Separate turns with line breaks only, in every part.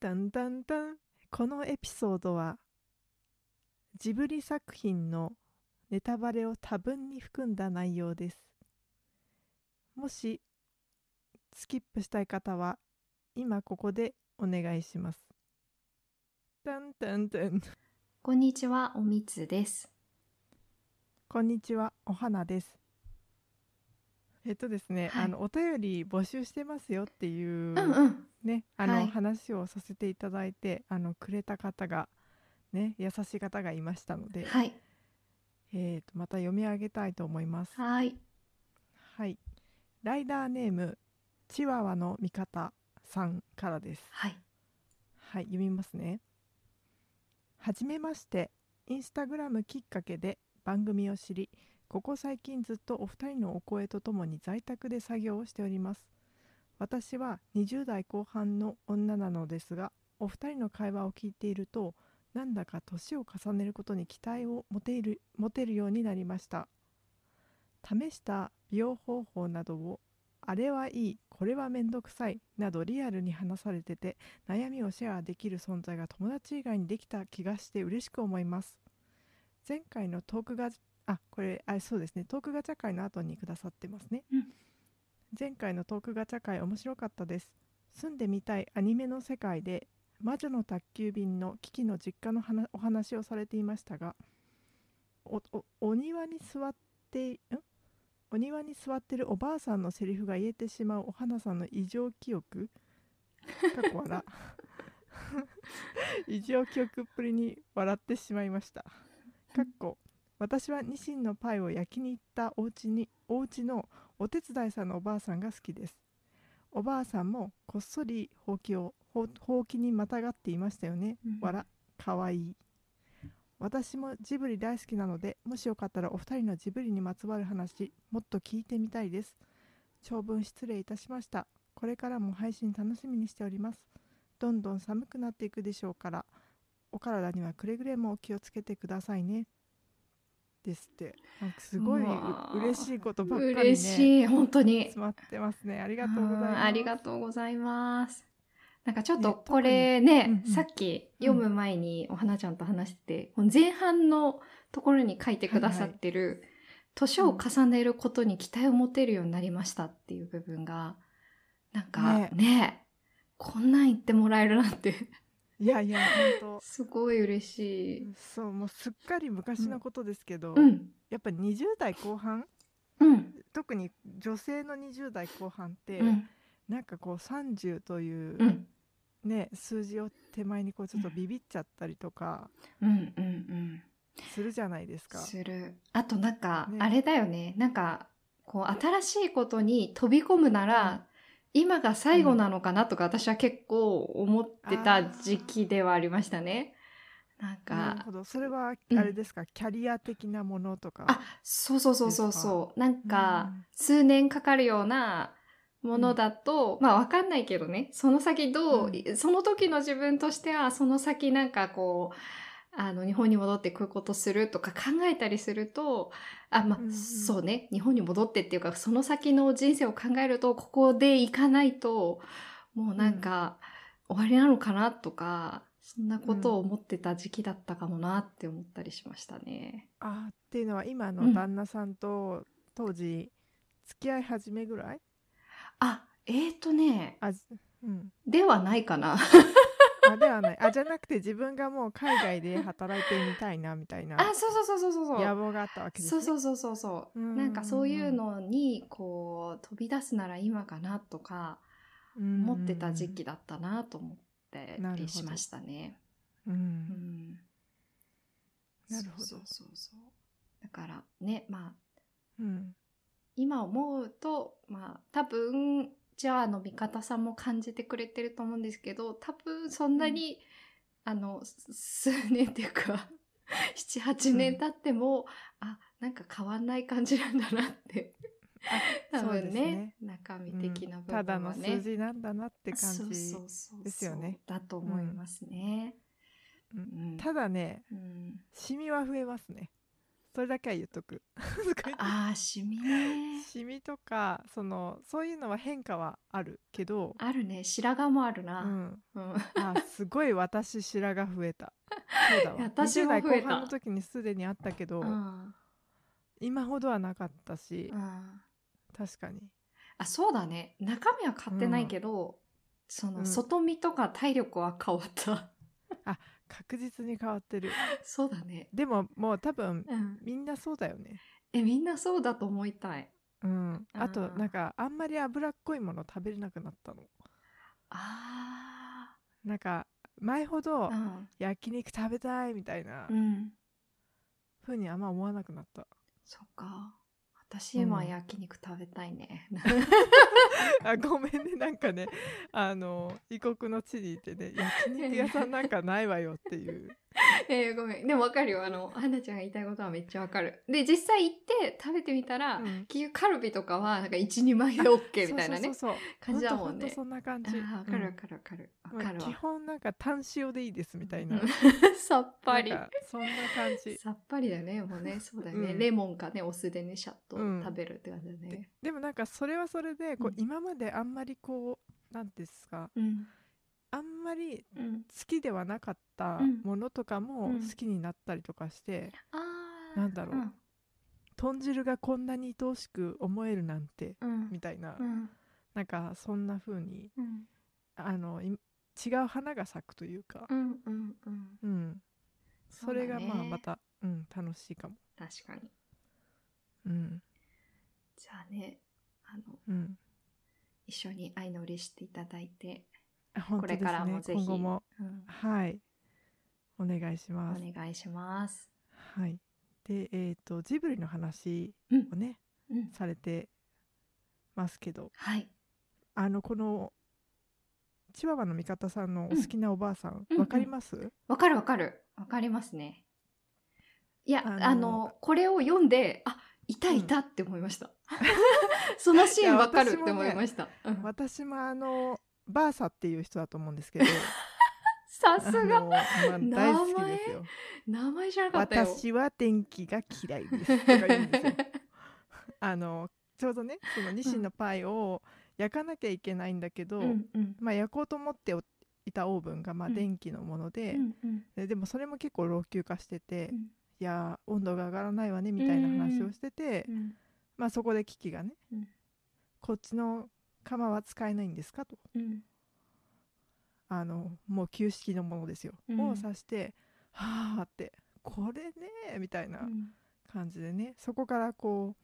だんだんだんこのエピソードはジブリ作品のネタバレを多分に含んだ内容ですもしスキップしたい方は今ここでお願いしますだんだんだん
こんにちは、おみつです。
こんにちは、お花です。えっとですね、
はい
あのお便り募集してますよっていう
うんうん。
ね、あの、
はい
話をさせていただいて、あのくれた方がね、優しい方がいましたので、
はい。
えっとまた読み上げたいと思います。
はい。
はい、ライダーネームチワワの味方さんからです。
はい。
はい、読みますね。はじめまして、インスタグラムきっかけで番組を知り、ここ最近ずっとお二人のお声とともに在宅で作業をしております。私は20代後半の女なのですが、お二人の会話を聞いていると、なんだか年を重ねることに期待を持ている持てるようになりました。試した美容方法などを、あれはいい、これはめんどくさいなどリアルに話されてて、悩みをシェアできる存在が友達以外にできた気がして嬉しく思います前回のトークガチあこれあそうですねトークガチャ会の後にくださってますね、
うん
前回のトークガチャ会面白かったです住んでみたいアニメの世界で魔女の宅急便のキキの実家の話お話をされていましたがおおお庭に座ってんお庭に座ってるおばあさんのセリフが言えてしまうお花さんの異常記憶過去 笑異常記憶っぷりに笑ってしまいましたかっこ私はニシンのパイを焼きに行ったお家にお家のお手伝いさんのおばあさんが好きですおばあさんもこっそりほうきをほうほうきにまたがっていましたよね
うん
わらかわいい私もジブリ大好きなのでもしよかったらお二人のジブリにまつわる話もっと聞いてみたいです長文失礼いたしましたこれからも配信楽しみにしておりますどんどん寒くなっていくでしょうからお体にはくれぐれもお気をつけてくださいねですってなんかすごいう
わー
嬉しいことばっかりね
嬉しい、本当に。
詰まってますねあり
あ
がとうございます
ーありがとうございます。なんかちょっと
ね
これね、
特にうんうん
さっき読む前にお花ちゃんと話してて、この前半のところに書いてくださってる、年を重ねることに期待を持てるようになりましたっていう部分が、なんかね
ね、
こんなん言ってもらえるなんて、
いやいや本
すごい嬉しい
当。そうもうすっかり昔のことですけど、
うん、
やっぱ20代後半
うん、
特に女性の20代後半って、
うん、
なんかこう30という、
うん、
ね、数字を手前にこうちょっとビビっちゃったりとか
うん、うん、うん。
するじゃないですか。
する。あとなんか、
ね
あれだよね。なんか、こう、新しいことに飛び込むなら、今が最後なのかなとか、私は結構思ってた時期ではありましたね。なん
なる
か
ほ、どそれはあ
うん
れですか、キャリア的なものとか
あ、そうそうそうそうそう。なんか、
うん
数年かかるようなものだと、まあわかんないけどね、その先どう、
う
その時の自分としては、その先なんかこう、あの、日本に戻ってこういうことするとか考えたりすると、あ、まあ、
うんうん
そうね、日本に戻ってっていうか、その先の人生を考えると、ここで行かないと、もうなんか、終わりなのかなとか、そんなことを思ってた時期だったかもなって思ったりしましたね。
あっていうのは今
うん
の旦那さんと当時付き合い始めぐらい
あ、えーとね、
あ、ずうん、
ではないかな。
あではないあじゃなくて自分がもう海外で働いてみたいなみたいな
あ、そうそうそうそうそうそう。
野望があったわけです
そう
ね。
そうそうそうそう。
うん
なんかそういうのに、こう、飛び出すなら今かなとか、
うん
思ってた時期だったなと思って
なるほど
りしましたね。
う、
うんん。
なるほど
そうそうそうそう。だからね、まあ、
うん
今思うと、まあ、多分、じゃあの味方さんも感じてくれてると思うんですけど、多分そんなに、あの、す数年っていうか、7、8年経っても、あ、なんか変わんない感じなんだなって
あ
多
そうで
分
す
ね中身的な
うん
部分は
た
ね、
だの数字なんだなって感じ
そうそうそう
ですよね
だと思いますね、
うん
うん
ただね
うん
シミは増えますねそれだけは言っとく すごい
ああ、シミね。
シミとかそのそういうのは変化はあるけど、
あるね。白髪もある
う
な。
ん、
うん。
あすごい私白髪増えたそうだわ
いや 私も
20代
増えた
後半の時にすでにあったけど、
うん。
今ほどはなかったし、
うん
確かに
あ、そうだね。中身は買ってないけど、そうの、
ん
外見とか体力は変わった。
確実に変わってる
そうだね。
でももう多分
うん。
みんなそうだよね
え、みんなそうだと思いたい。
うんあ
あ
と
ー
なんかあんまり脂っこいもの食べれなくなったの
あ
なんか前ほど
あ。うん。
焼肉食べたいみたいな
うん。
風にあんま思わなくなった、
そっか。私今
うん
焼肉食べたいね。
あごめんねなんかねあの異国の地にいて ね焼肉屋さんなんかないわよっていう
えーごめん。でもわかるよ。あの、花ちゃんが言いたいことはめっちゃわかる。で、実際行って食べてみたら、
うん
結局カルビとかはなんか1、2枚で OK みたいなね。
そうそうそうそう
感じだもん
ほとほ
ね
と。そんな感
あ
じ
ーわかるわ
うん
かるわかる。
も
わ
う
かるわ。
基本なんか単塩でいいですみたいな
うん さっぱり
な。んかそんな感 じ
さっぱりだね。も うね、そうだよね。
うん
レモンかね、お酢でね、シャッと
うん
食べるって感じだね。
でもなんかそれはそれでこう
うん
今まであんまりこうなんていうんですか
うん。
あんまり
うん。
好きではなかった
うん
ものとかも
うん
好きになったりとかして、
あー
なんだろう豚汁がこんなに愛おしく思えるなんて
うん。うん
みたいな、
うん。
なんかそんな風に
うん。
あのい違う花が咲くというか
う、ん。うん。うん。
うん、それが
そうだ
まあ
ね
また、うん、楽しいかも。
確かに。
うん
じゃあね、あの、
うん、
一緒に相乗りしていただいて、
あ本当
こ
で
れ
す
から
ね
もぜひ
今後も
うん、
はいお願いし
お
ます。
願いします。
はい、で、えー、とジブリの話
うん
をね、
うん、
されてますけど
はい。
あのこのチワワの味方さんのお
うん
好きなおばあさんわ、
うん
かります、
わかるわかる。わかりますね。いや、あ
あ
の
の
これを読んで、あ、いた
うん
いたって思いました。 そのシーンわかるって思
いや私もね
いました。うん
私もあのバーサっていう人だと思うんですけど
さ
あ
す
の、
が、
まあ、大好きですよ
名前知らなかったよ。
私は天気が嫌いですとか言うん ですよあのちょうどねそのニシンのパイを焼かなきゃいけないんだけど、
うんうん
まあ、焼こうと思っておいたオーブンがまあ
うん
電気のもので、
うんうん
ででもそれも結構老朽化してて、
うん
いやー温度が上がらないわねみたいな話をしてて、
うん
まあ、そこで危機がね、
うん
こっちの釜は使えないんですかと
うん
あのもう旧式のものですよ、
うん
を指してはあってこれねみたいな
うん
感じでねそこからこ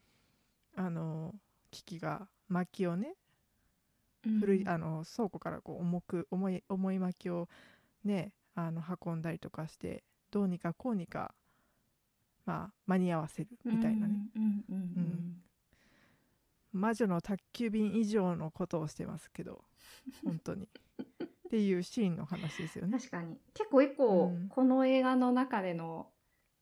うあの危機が薪をね
うん
古いあの倉庫からこう重く重い重い薪をねあの運んだりとかしてどうにかこうにか、まあ、間に合わせるみたいなね、。
うんうんうんうん
魔女の宅急便以上のことをしてますけど 本当にっていうシーンの話ですよね。
確かに結構一個、
うん
この映画の中での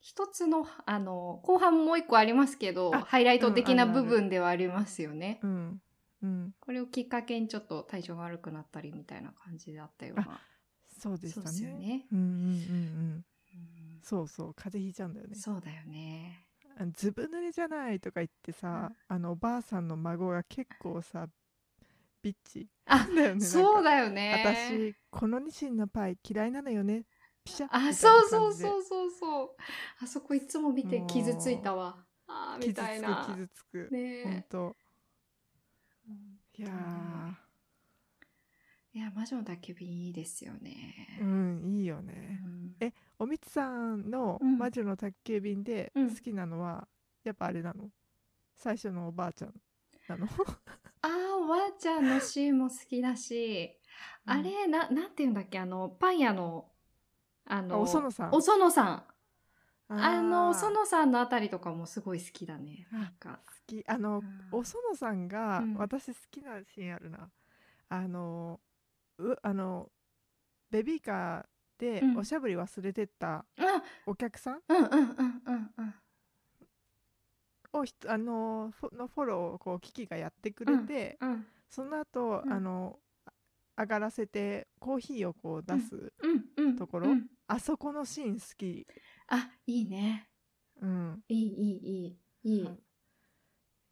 一つのあの後半もう一個ありますけど
あ
ハイライト的
う
なん
あるあ
部
る
分ではありますよね、
うんうん、
これをきっかけにちょっと体調が悪くなったりみたいな感じだったような
そうでし
そう
た
ですよ
ね。
ね、
うんうんうんうん、
うん
そうそう風邪ひいちゃうんだよね
そうだよね
あのずぶ濡れじゃないとか言ってさ、あのおばあさんの孫が結構さビッチ
あ
だよね
そう
だ
だよね
私このニシンのパイ嫌いなのよねピシャ
あそうそう
う
そうそうそうあそこいつも見て傷ついたわあーみ
傷つ
たいな
く傷つく、ほん
ね
と
え
いや
いや魔女だけ便いいですよね
ー、うんいいよね
うん
えおみつさんの
うん
魔女の宅急便で
うん
好きなのは、やっぱあれなの最初のおばあちゃんなの
あーおばあちゃんのシーンも好きだし、
うん
あれななんていうんだっけあのパン屋のあ
あ
の
おそのさん
おそのさん
あ
あのおそ
好
のさんのあたりとかもすごい好きだね
あ
なんか
きあの
うん
おそのさんが
うん
私好きなシーンあるな、あのうあのベビーカーで
うん
おしゃぶり忘れてった
あ
お客さん
うんうんうんうんうん
をひあのフォのフォローをこうキキがやってくれて、
うん
その後、
うん
あのあ上がらせてコーヒーをこう出す、
うんうん
ところ
うん
あそこのシーン好き、
あいいね
ううん
いいいいいいい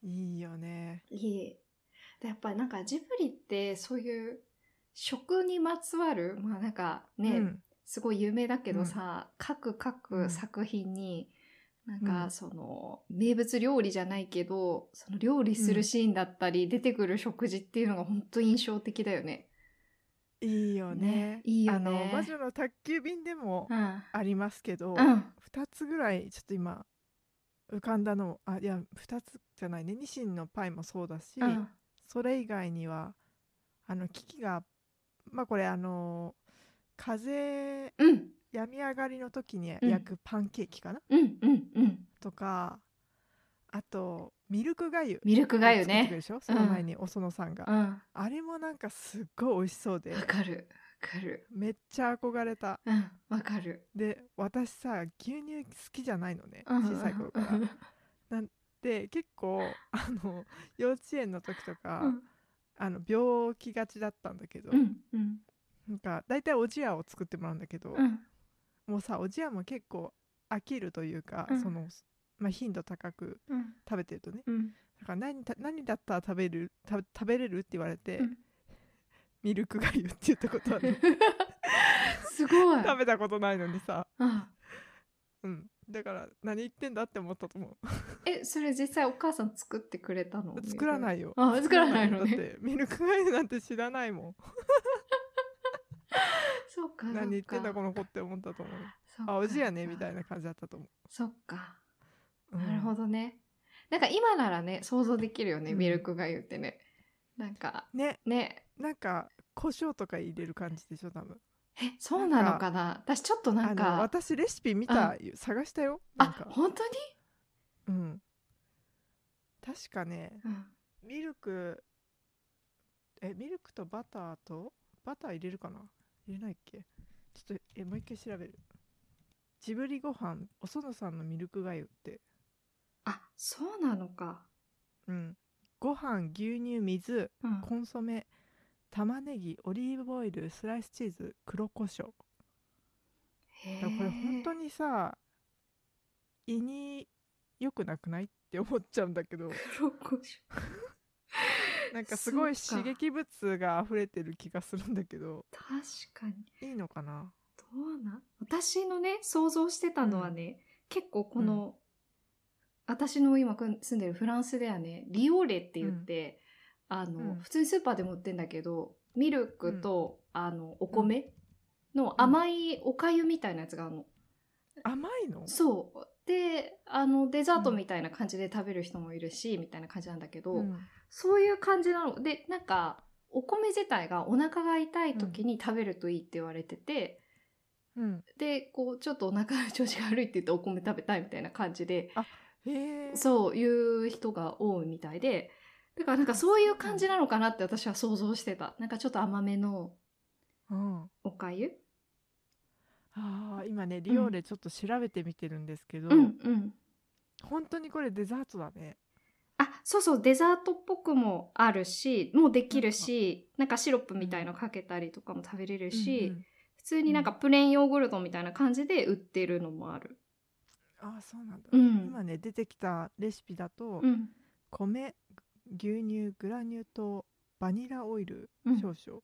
い、
いいよね
いいでやっぱなんかジブリってそういう食にまつわるまあなんかね、
うん
すごい有名だけ
う
ど
ん
さ、各
う
各
ん
作品に、な
うん
か
ん
その名物料理じゃないけどその料理するシーンだったり、出てくる食事っていうのが本当印象的だよね。
いいよね
ねいいよね
あの魔女の宅急便でも
うん、
ありますけど、
うん、
2つぐらいちょっと今浮かんだのあいや2つじゃないねニシンのパイもそうだし、
うん、
それ以外にはあのキキがまあこれあの風
うん、
病み上がりの時に
うん
焼くパンケーキかな、
うん、うん、うん、
とかあとミルクがゆ
ミルクがよ
作ってくる
ね
で。しょその前におそのさんが、
うん、わ
あれもなんかすっごい美味しそうで
かる、わかる、
めっちゃ憧れた
うん、わかる。
で私さ牛乳好きじゃないのね
うん
小さい頃から。で結構あ の幼稚園の時とか、
うん、
あの病気がちだったんだけど、
うん、うん、
なんか大体おじやを作ってもらうんだけど、
うん、
もうさおじやも結構飽きるというか、
うん
その、まあ、頻度高く
うん、
食べてるとね
うん。
だから何た何だったら食べる食べ食べれるって言われて、
うん
ミルクがゆって言ったことはね
すごい。
食べたことないのにさ、
うん
うん、だから何言ってんだって思ったと 思う
え、それ実際お母さん作ってくれたの。
作らないいよ
あ作らないの
だ
ね
ってミルクがゆなんて知らないもん
そうか。
何言ってんだこ
の
の子って思ったと思う
そうか
あおじやねみたい
な。
な感じだったと思
そっか。
う、うん
なるほどね。なんか今ならね、想像できるよね、
うん
ミルクがゆってね。なんか、
ね
ね、
なんか胡椒とか入れる感じでしょ多分
え、そうなのかな私ちょっとなん
あの
か、
私レシピ見たよ探したよなん
あ
か、
本当に
うん確かね
うん
ミルクえミルクとバターとバター入れるかな入れないっけちょっとえもう一回調べるジブリご飯おそのさんのミルクがゆって
あ、そうなのか。
うんご飯牛乳水
うん
コンソメ玉ねぎオリーブオイルスライスチーズ黒胡椒だからこれ 本当
に。
にさ胃に良くなくないって思っちゃうんだけど
黒胡椒
なんかすごい
そう
刺
か
激物が溢れてる気がするんだけど
確かに。
いいのかな
どうなん私のね想像してたのはね、結構この、私の今住んでるフランスではねリオレって言って、あ
う
の
ん
普通にスーパーでも売ってんだけどミルクと、あのお米の甘いおかゆみたいなやつがあるの。
甘いの
そうであのデザートみたいな感じで食べる人もいるし、みたいな感じなんだけど、
うん
そういう感じなのでなんかお米自体がお腹が痛い時に食べるといいって言われてて。
うん
でこうちょっとお腹の調 子が悪いって言ってお米食べたいみたいな感じで
へえ
そういう人が多いみたいでだからなんかそういう感じなのかなって私は想像してたなんかちょっと甘めの
うん、
おかゆ
あー今ねリオでちょっと調べてみてるんですけど、
うんうん
本当にこれデザートだね
あそうそうデザートっぽくもあるしもうできるしなんかシロップみたいのかけたりとかも食べれる
う
し、
んうん
普通になんかプレーンヨーグルトみたいな感じで売ってるのもある
あーそうなんだ、
うん
今ね出てきたレシピだと、
うん
米牛乳グラニュー糖バニラオイル
うん
少々、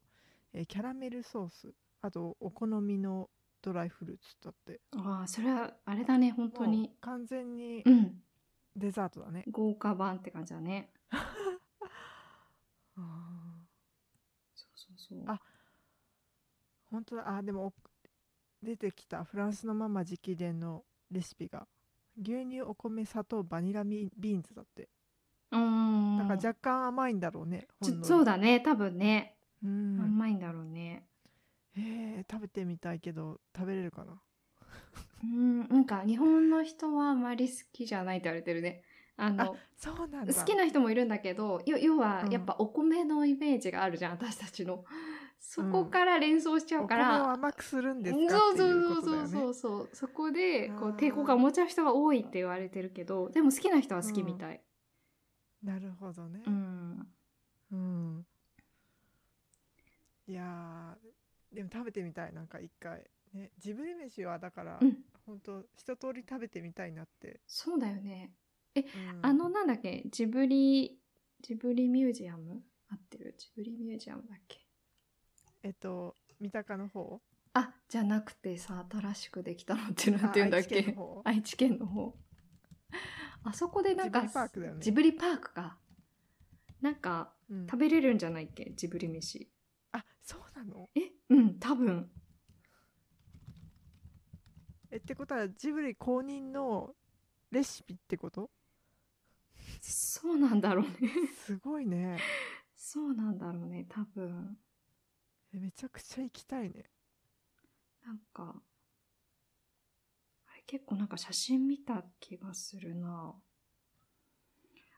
えーキャラメルソースあとお好みのドライフルーツだって
ああそれはあれだね本当
も
に
う完全に
うん
デザートだね、
豪華版って感じだね
あ
そうそうそう
あー本当だあーでもお出てきたフランスのママ直伝のレシピが牛乳お米砂糖バニラミビーンズだって
うーん
だから若干甘いんだろうね、ほ
ちょ
んのり
そうだね多分ね、
うん
甘いんだろうね
へえ食べてみたいけど食べれるかな
うんなんか日本の人はあまり好きじゃないって言われてるねあの
そうなんだ
好きな人もいるんだけどよ要は
うん
やっぱお米のイメージがあるじゃん、私たちのそこから連想しちゃう
お
か
米を
ら、
甘くするんですか
そう
って
そ
いう
う
ことだ
そ
よ
う
ね
そうそうそこでこう
あー
抵抗感を持ちゃう人が多いって言われてるけどでも好きな人は好きみたい、
なるほどね
うん、
うんいやーでも食べてみたいなんか一回ねジブリ飯はだから
うん
本当一通り食べてみたいなって、
そうだよね。
うん
あのなんだっけジブリ、ジブリミュージアム合ってるジブリミュージアムだっけ
えっと三鷹の方
あ、じゃなくてさ、新しくできたのってなんて言うんだっ
あ愛知県
け
の方
愛知県の方。あそこでなんか
ジブリパークだよね
ジブリパークか。なんか
うん
食べれるんじゃないっけジブリ飯。
あそうなの
えうん、多分。
えってことはジブリ公認のレシピってこと
そうなんだろうね。
すごいね
そうなんだろうね、多分。
えめちゃくちゃ行きたいね
なんか、あれ結構なんか写真見た気がするな。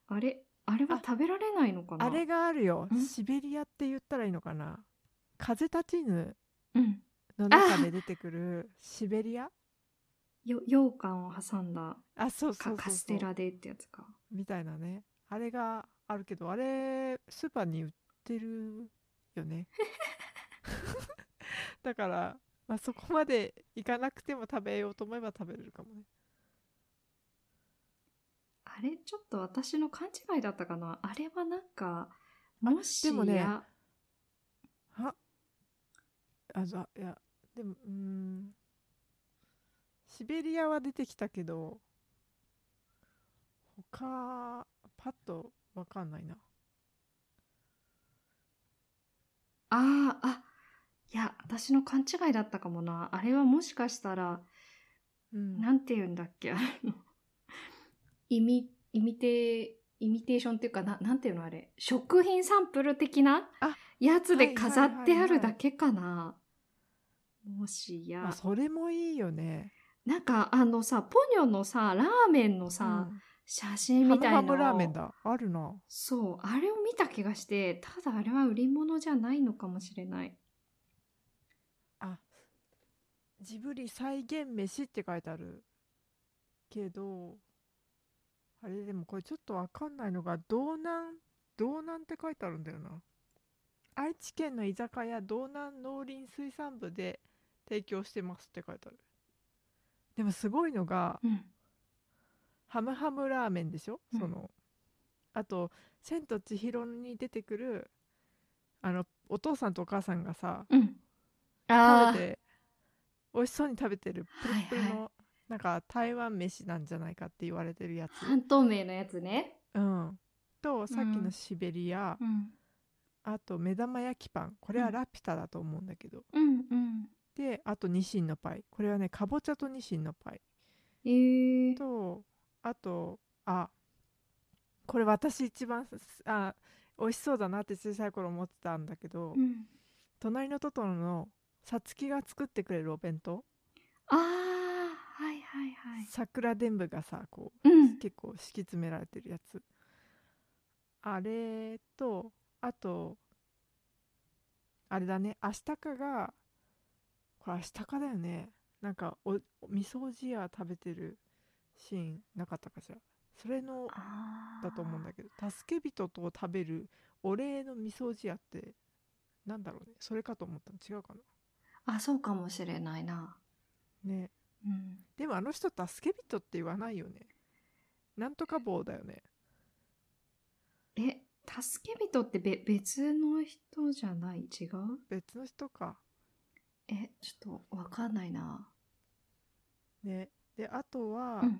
あれ、あれは
あ
食べられないのかな
あれがあるよ
ん
シベリアって言ったらいいのかな風立ちぬ
うん。
の中で出てくるシベリア
よ、羊羹を挟んだ
あそうそうそうそ
か
う
カステラでってやつか。
みたいなねあれがあるけどあれスーパーに売ってるよね だから、まあ、そこまで行かなくても食べようと思えば食べれるかもね
あれ、ちょっと私の勘違いだったかな。あれはなんか、もしや、
でもねああじゃいやでもうーんシベリアは出てきたけど他パッとわかんないな
ああ、あ、いや、私の勘違いだったかもな。あれはもしかしたら、
うん
なんて言うんだっけあの イミ、イミテ、イミテーションっていうかな、なんていうのあれ、食品サンプル的な
あ
やつで飾
はい
っ
はい
て
はいは
あ
い
るだけかな。もし
まあ
や、
それもいいよね
なんかあのさ、ポニョのさ、ラーメンのさ、写真
うん、
みたいな
ハ
の
ムハ
を
ムラーメンだあるな
そう、あれを見た気がして、ただあれは売り物じゃないのかもしれない。
あジブリ再現飯って書いてあるけどあれでもこれちょっとわかんないのが道南道南って書いてあるんだよな愛知県の居酒屋道南農林水産部で提供してますって書いてあるでもすごいのが
うん。
ハムハムラーメンでしょ、
うん
そのあと「千と千尋」に出てくるあのお父さんとお母さんがさ
うん。あ
食べ
ー
て美味しそうに食べてるプルプルの、
はい
なんか台湾飯なんじゃないかって言われてるやつ、
半透明のやつね。
うん、とさっき
う
の
ん
シベリア、
うん。
あと目玉焼きパンこれは
うん
ラピュタだと思うんだけど、
うんうん。
であとニシンのパイこれはねかぼちゃとニシンのパイ
えー、
とあとあこれ私一番すあ美味しそうだなって小さい頃思ってたんだけど、
うん。
隣のトトロのさつきが作ってくれるお弁当、
ああ、はいはいはい。
桜でんぶがさこう
うん。
結構敷き詰められてるやつあれとあとあれだねアシタカがこれアシタカだよねなんかお味噌汁や食べてるシーンなかったかしらそれの
あ
だと思うんだけど助け人と食べるお礼の味噌汁やってなんだろうねそれかと思ったの違うか
ど。あ、そうかもしれないな。
なね
うん。
でもあの人助け人って言わないよねなんとか棒だよね
え、助け人ってべ別の人じゃない違う
別の人か
え、ちょっとわかんないな。
ね、であとは、
うん。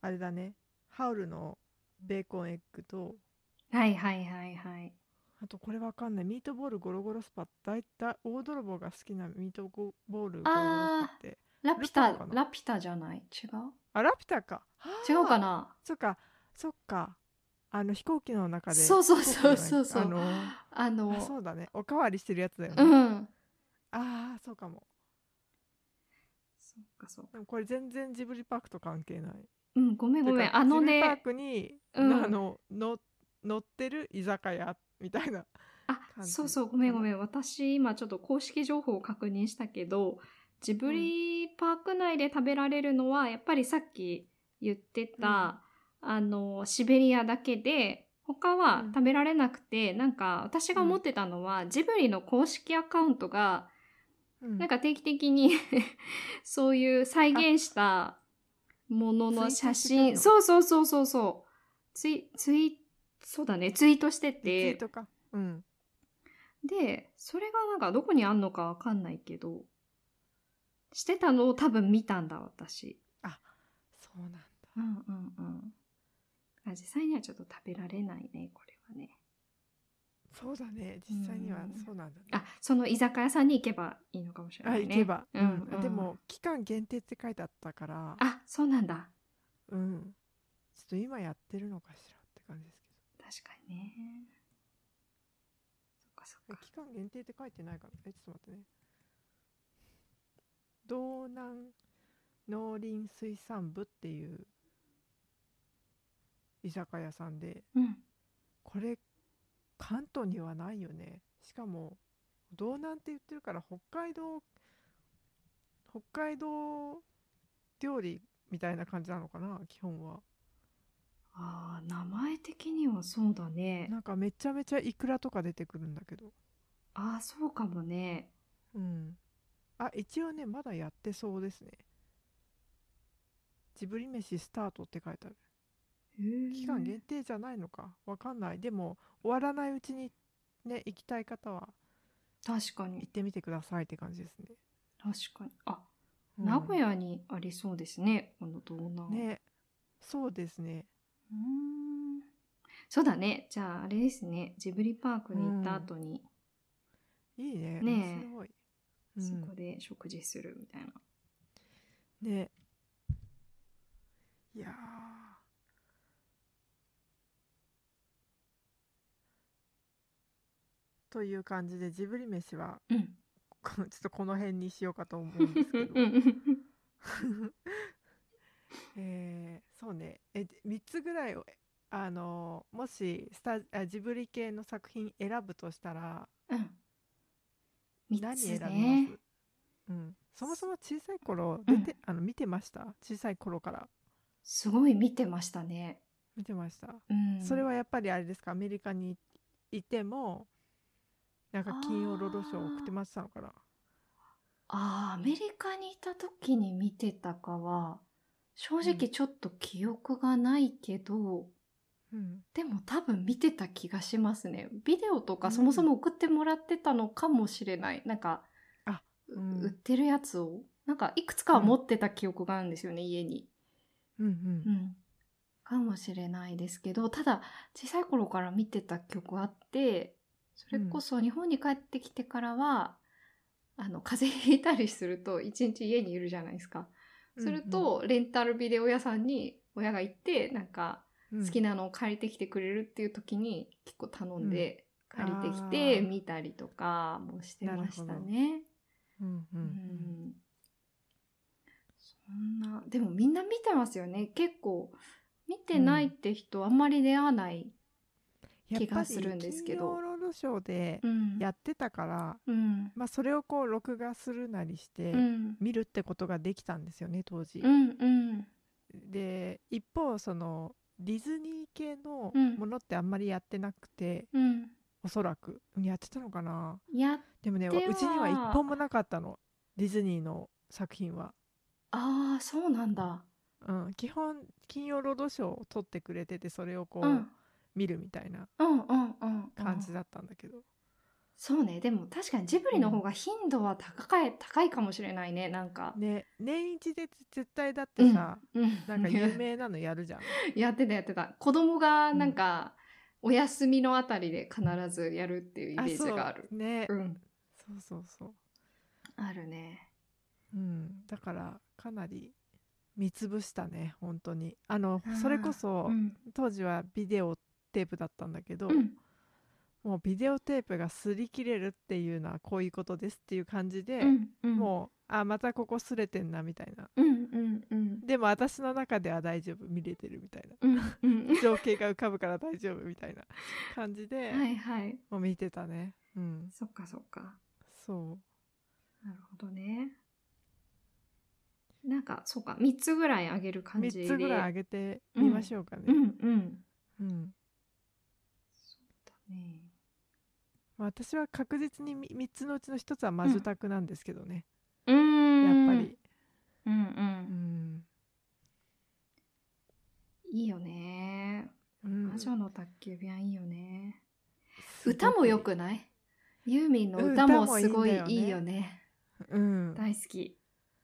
あれだねハウルのベーコンエッグと
はいはいはいはい。
あとこれわかんないミートボールゴロゴロスパだいたい大泥棒が好きなミートゴボールゴロゴロスパって
ラピュ
ルパン
タ
か、な
ラピュタじゃない違う
あラピュタかあー
違うかな
そっかそっかあの飛行機の中で
そうそうそうそう
飛
そう。
行機の中に
あ
あ
の、
のあそうだねおかわりしてるやつだよね、
うん。
ああそうかも
そうかそうか。
でもこれ全然ジブリパークと関係ない
うん、ごめんごめ
て
ん。
か
あの
ジブリパー
ね、
クに、
うん
あのの乗ってる居酒屋みたいな
あ
感じ
そうそうごめん
かな
ごめん私今ちょっと公式情報を確認したけどジブリパーク内で食べられるのはやっぱりさっき言ってた、あのシベリアだけで他は
うん
食べられなくて、なんか私が思ってたのは、ジブリの公式アカウントが
うん
なんか定期的に そういう再現したものの写
ツイートし
真
てた
そうそうそうそうそうツイツイそうだねツイートして
リツイー
て
トかうん
でそれがなんかどこにあんのかわかんないけどしてたのを多分見たんだ私
そうなんだ
うんうんうんあ実際にはちょっと食べられないねこれはね
そうだね実際には
うん
そうなんだね
あその居酒屋さんに行けばいいのかもしれな
あ
い
行
ね
けば、
うんうん
でも期間限定って書いてあったから
あそうなんだ
うんちょっと今やってるのかしらって感じです
確かにねそっかそ
けど
っか
え期間限定って書いてないかなえちょっと待ってね道南農林水産部っていう居酒屋さんで
うん
これ関東にはないよねしかも道南って言ってるから北海道北海道料理みたいな感じなのかな基本は
あー名前的にはそうだね
なんかめちゃめちゃイクラとか出てくるんだけど
ああそうかもね
うんあ一応ねまだやってそうですねジブリ飯スタートって書いてある期
期
間限定じゃないのかわかんないでも終わらないうちにね行きたい方は
確か
行っ
に
てみてくださいって感じですね、
確かにあ、
うん
名古屋にありそうですねこの道南
ねそうですね
うーんそうだねじゃああれですねジブリパークに行った後に、
いいね
ねえ
面白い、う
そ
ん、
こで食事するみたいな
ねいやーという感じでジブリ飯は
うん、
こちょっとこの 辺にしようかと思うんですけど
うん
えーそうねえ3つぐらいをえあのーもしスタあジブリ系の作品選ぶとしたら
うん3
何
つ
選びます、
ね
うん、そもそも小さい頃出て、あの見てました小さい頃から
すごい見てましたね、
見てました
うん、
それはやっぱりあれですかアメリカにいてもなんか金曜ロードショーを送ってましたのかな
ああ、アメリカにいた時に見てたかは、正直ちょっと記憶がないけど、
うん
でも多分見てた気がしますね。ビデオと
う
か
ん
そもそも送ってもらってたのかもしれない。なんか、
あ
う
うん
売ってるやつを、なんかいくつかは持ってた記憶があるんですよね、家に。
うんう
うんん。かもしれないですけど、ただ小さい頃から見てた曲あって、それこそ日本に帰ってきてからは、あの、風邪ひいたりすると一日家にいるじゃないですか。すると、レンタルビデオ屋さんに親が行って、なん
うんう
か
ん
好きなのを借りてきてくれるっていう時に結構頼んで、
うん
借りてきて
あー
見たりとかもしてまし
なる
た
ほど
ね。
うんう
うんんそんな、でもみんな見てますよね。結構、見てないって人あんまり出会わない。
やっ
気
ぱ
が
り
するんですけ
金
ど
曜ロードショーで
うん。
やってたから、
うん。
まあ、それをこう録画するなりして
うん。
見るってことができたんですよね当時
う。ん。うん。
で一方そのディズニー系の
うん
ものってあんまりやってなくて、
うん。
おそらくやってたのかな
やっ
でもね
では
うちには一本もなかったのディズニーの作品は、
ああ、そうなんだ。
うん、基本「金曜ロードショー」を撮ってくれててそれをこ
う
う、
ん。
見るみたいな
うんうんうん。
感じ
だ。
だったんだけど、
そうね。でも確かにジブリの方が頻度は高い、高いかもしれないね。なんか。
ね年一で絶対だっ
う
て
ん
さ、
うん。
なんか有名なのやるじゃん
やってたやってた。子供がなんか、お休みのあたりで必ずやる っていうイメ
あ
ージがある
そ。うね、
うん。
そうそうそう
あるね。
うん、だからかなり見つぶしたね本当にあの
あー
それこそ
うん。
当時はビデオテープだったんだけど、
うん。
もうビデオテープが擦り切れるっていうのはこういうことですっていう感じで、
うんうん
もうあまたここ擦れてんなみたいな
うんうんうん
でも私の中では大丈夫見れてるみたい な
うん うん。
情景が浮かぶから大丈夫みたいな感じで、
はいはい。
もう見てたねうん
そっかそっか。
そう
なるほどね。なんか、そうか、3つぐらいあげる感じで。
3つぐらい上げてみましょうかね、
うんうん。
うん
そうだね。
まあ私は確実に3つのうちの1つはマジュタクなんですけどね、
うーん
やっぱり。
うんう
うんん
いいよね
うん
魔女の宅急便はいいよね
すごく
歌もよくないユーミンの歌
うん歌
も
も
すごい
いいんだよね
いいよね
うん、
大好き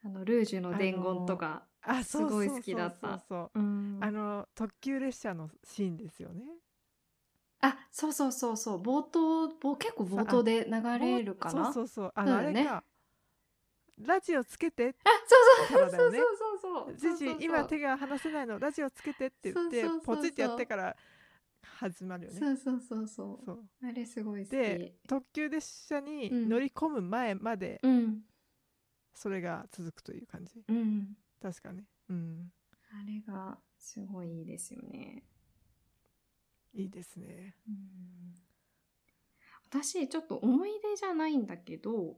あのルージュの伝言とか、
あそう
すごい
そう
好きだった
そうそうそう
うん
あの特急列車のシーンですよね
あそうそうそうそう冒頭ぼ結構冒頭で流れるかな
そうそうそうあ
そう
の
だ
あ
よ
れ
ね
か、ラジオつけて
あそうそう
そう
そ
だ
う
よ
そ
ね
うそうそう
ジジ今手が離せないのラジオつけてって言って
そうそうそうそう
ポチってやってから始まるよね
そうそうそうそう
そう
あれすごい好き
で特急列車に
うん
乗り込む前まで
うん
それが続くという感じ、
うん
確かねうん
あれがすごいいいですよね、
いいですね
うん、私ちょっと思い出じゃないんだけど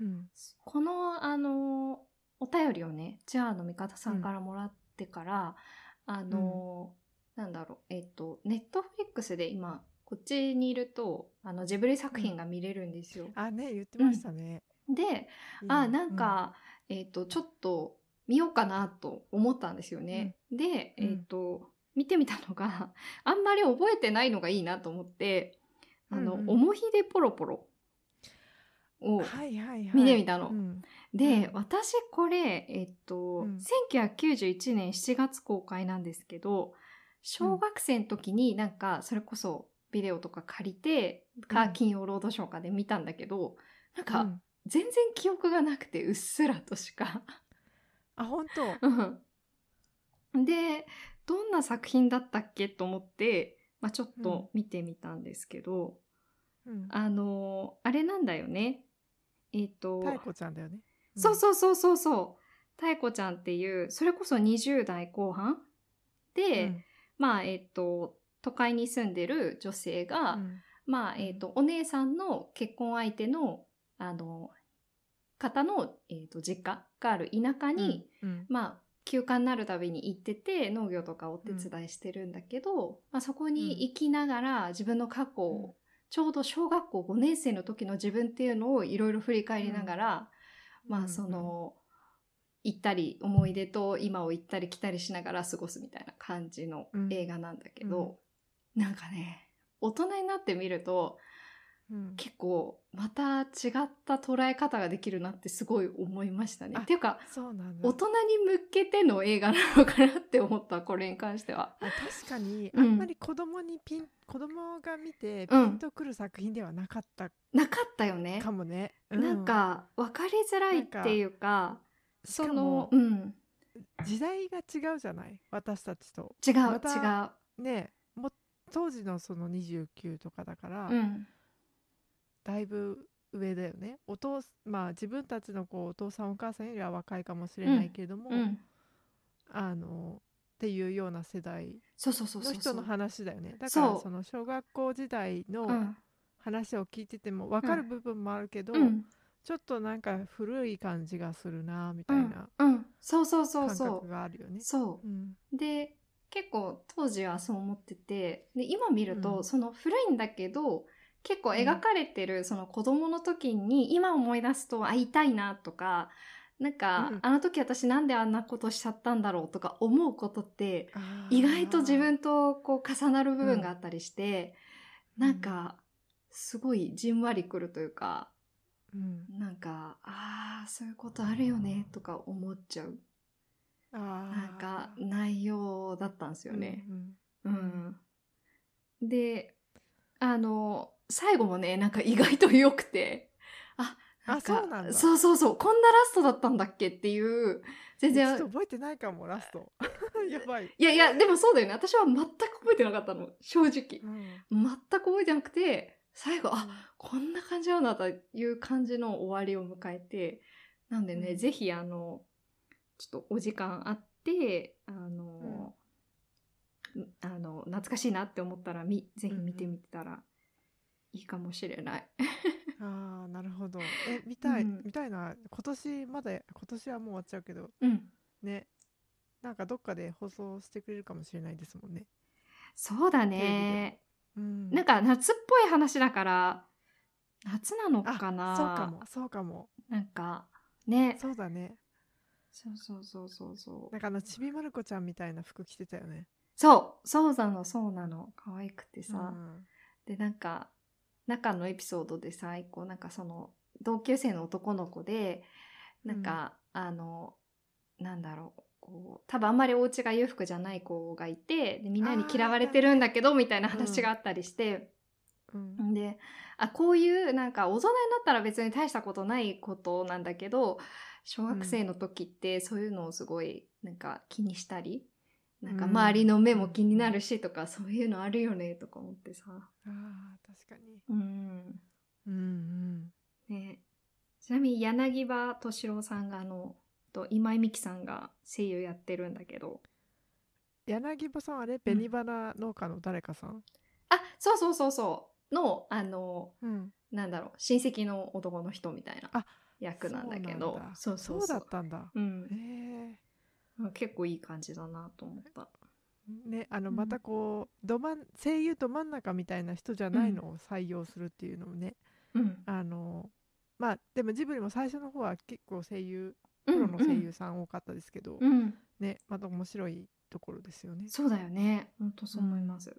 うん
このあのお便りをねチアの味方さんからもらってから、あの、なんだろうえっとネットフリックスで今こっちにいるとあのジブリ作品が見れるんですよ。
あね言ってましたね、
で
いいね
あなん、か、えっとちょっと見ようかなと思ったんですよね。で
うん
えっと見てみたのが あんまり覚えてないのがいいなと思って「あの
うんうん
おもひでポロポロ」
う
を
んはいはいはい
見てみたの。
うん
で、
うん
私これ、えっと、
うん
1991年7月公開なんですけど、小学生の時になんか、それこそビデオとか借りて、
う
か、
ん
金曜ロードショーかで見たんだけど、なん
う
か、
ん
全然記憶がなくて、うっすらとしか。
あ本当
うんで、どんな作品だったっけと思って、まあちょっと見てみたんですけど、
うん
あのあれなんだよね。えっ、と、
太子ちゃんだよね
そうそうそうそうそう。太子ちゃんっていう、それこそ20代後
う
半
ん
で、
うん
まあ、えっ、と、都会に住んでる女性が、
うん
まあ、えっ、と、お姉さんの結婚相手の、あの、方の、えっ、と、実家がある田舎に、
うん
まあ、休暇になるたびに行ってて、農業とかお手伝いしてるんだけど、まあ、そこに行きながら自分の過去を、
うん
ちょうど小学校5年生の時の自分っていうのをいろいろ振り返りながら、
う
ま
んうん
あその、行ったり思い出と今を行ったり来たりしながら過ごすみたいな感じの
うん
映画なんだけど、なんかね大人になってみると
うん
結構また違った捉え方ができるなってすごい思いましたね。
あ
っていうか
そうなんだ
大人に向けての映画なのかなって思ったこれに関しては。
あ確かに
う
あ
ん
んまり子供にピン、子供が見てピンとくる作品ではなかった
なかったよね
か。もね、う
なんか分かりづらいっていうか
し
そ
か
の
も
うん
時代が違うじゃない私たちと
違う違
また
う。
ねもう当時のその29とかだから、
うん
だいぶ上だよねお父まあ自分たちのこうお父さんお母さんよりは若いかもしれないけれども、
うん
あのっていうような世代
そうそうそうそう
の
そう。
人の話だよねだか
そ
ら
う
その小学校時代
う
の
ん
話を聞いてても分かる部分もあるけど、
うん
ちょっとなんか古い感じがするなみたいな
うんうん、そうそうそう
感
そ
覚があるよ
う
ね。
そう
うん
うで結構当時はそう思っててで今見ると、
うん
その古いんだけど結構描かれてるその子供の時に今思い出すとあ痛いなとかなんか、
うん
あの時私なんであんなことしちゃったんだろうとか思うことって
あー
意外と自分とこう重なる部分があったりして、なんかすごいじんわりくるというか
うん
なんかああそういうことあるよねとか思っちゃう
あ
な
なん
か内容だったんですよね。うんであの最後もねなんか意外と良くてあなんか
あそうなんだ
そうそうそうこんなラストだったんだっけっていう全
ちょっ
然
と覚えてないかもラストやばい、
い やいやでもそうだよね私は全く覚えてなかったの正直
うん
全く覚えてなくて最後あこんな感じなんだという感じの終わりを迎えてなんでね、
うん
ぜひあのちょっとお時間あってあの、んあの懐かしいなって思ったらみぜひ見てみたらいいかもしれない。
あーなるほどえ見たい、
うん
見たいな今年まだ今年はもう終わっちゃうけど
うん、
ねなんかどっかで放送してくれるかもしれないですもんね、
そうだね、
うん、
なんか夏っぽい話だから夏なの
あ
かな
そうかもそうかも
なんかね
そうだね
そうそうそうそうそう
なんかあのちびまる子ちゃんみたいな服着てたよね
そうそうなのそうなの可愛くてさ、
うん
でなんか中のエピソードでさ一個なんかその同級生の男の子でなんか、あのなんだろうこう多分あんまりお家が裕福じゃない子がいてでみんなに嫌われてるんだけどみたいな話があったりして、
うん
であこういうなんか大人になったら別に大したことないことなんだけど小学生の時ってそういうのをすごいなんか気にしたり、なんか周りの目も気になるしとか、そういうのあるよねとか思ってさ。
あー確かに
うん
うん
ね、ちなみに柳葉敏郎さんがあのと今井美樹さんが声優やってるんだけど
うん柳葉さんあれ紅花農家の誰かさん
あそうそうそうそうのあの
うん
なんだろう親戚の男の人みたいな
あ
役なんだけ
そ
ど
うなんだ
そうそう
そう
そ
だ
う
ったんだ
うん
へ、え
結構いい感じだなと思った
ね、あの
うん
またこう、ど真ん声優ど真ん中みたいな人じゃないのを採用するっていうのもね、
うん
あのまあでもジブリも最初の方は結構声優
う
プ
ん
ロの声優さん多かったですけど、
うん、うん、
ねまた面白いところですよね。
そうだよねほんとそう思います、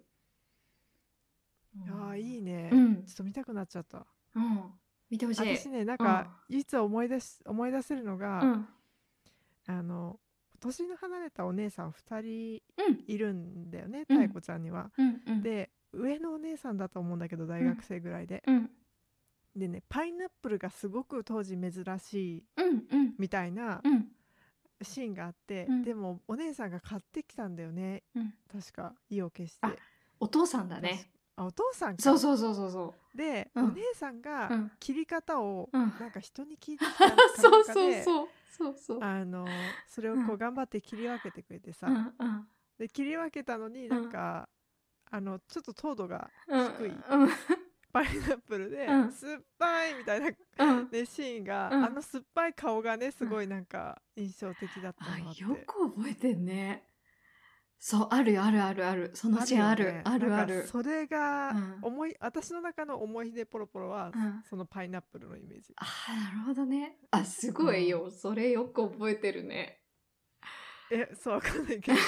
いやーいい
い
ね、
うん
ちょっと見たくなっちゃった。
うん見てほしい
私ねなんか唯一思い出し思い出せるのが、
うん
あの年の離れたお姉さん2人
うん
いるんだよね
うん
妙子ちゃんには。
うんうん
で上のお姉さんだと思うんだけど大学生ぐらいで、
うん
でねパイナップルがすごく当時珍しい
うんうん
みたいな
うん
シーンがあって、
うん
でもお姉さんが買ってきたんだよね、
うん
確か意を決して
あお父さんだね
あお父さんか
そうそうそうそうそ
で、
うん
お姉さん
う。う
が
ん。
切り方を
うん
なんか人に聞いてきたのかな
そ
ん
う
か
そう
で
そう。そうそう。
あのそれをこう頑張って切り分けてくれてさ、
うんうん
で切り分けたのになんか、あのちょっと糖度が
うん。
低い
うん
パイナップルで、
うん
酸っぱいみたいな
うん。
でシーンが、
うん
あの酸っぱい顔がねすごいなんか印象的だった
あ
なって、
よく覚えてんね。そうあるよあるあるある。そのシーンあ
あ
る
よね
ある
な
あ
んか
る。
それが
うん
思い、私の中の思い出ポロポロは、
うん
そのパイナップルのイメージ
あなるほどね。あすごいよ。それよく覚えてるね。
えそうわかん ないけど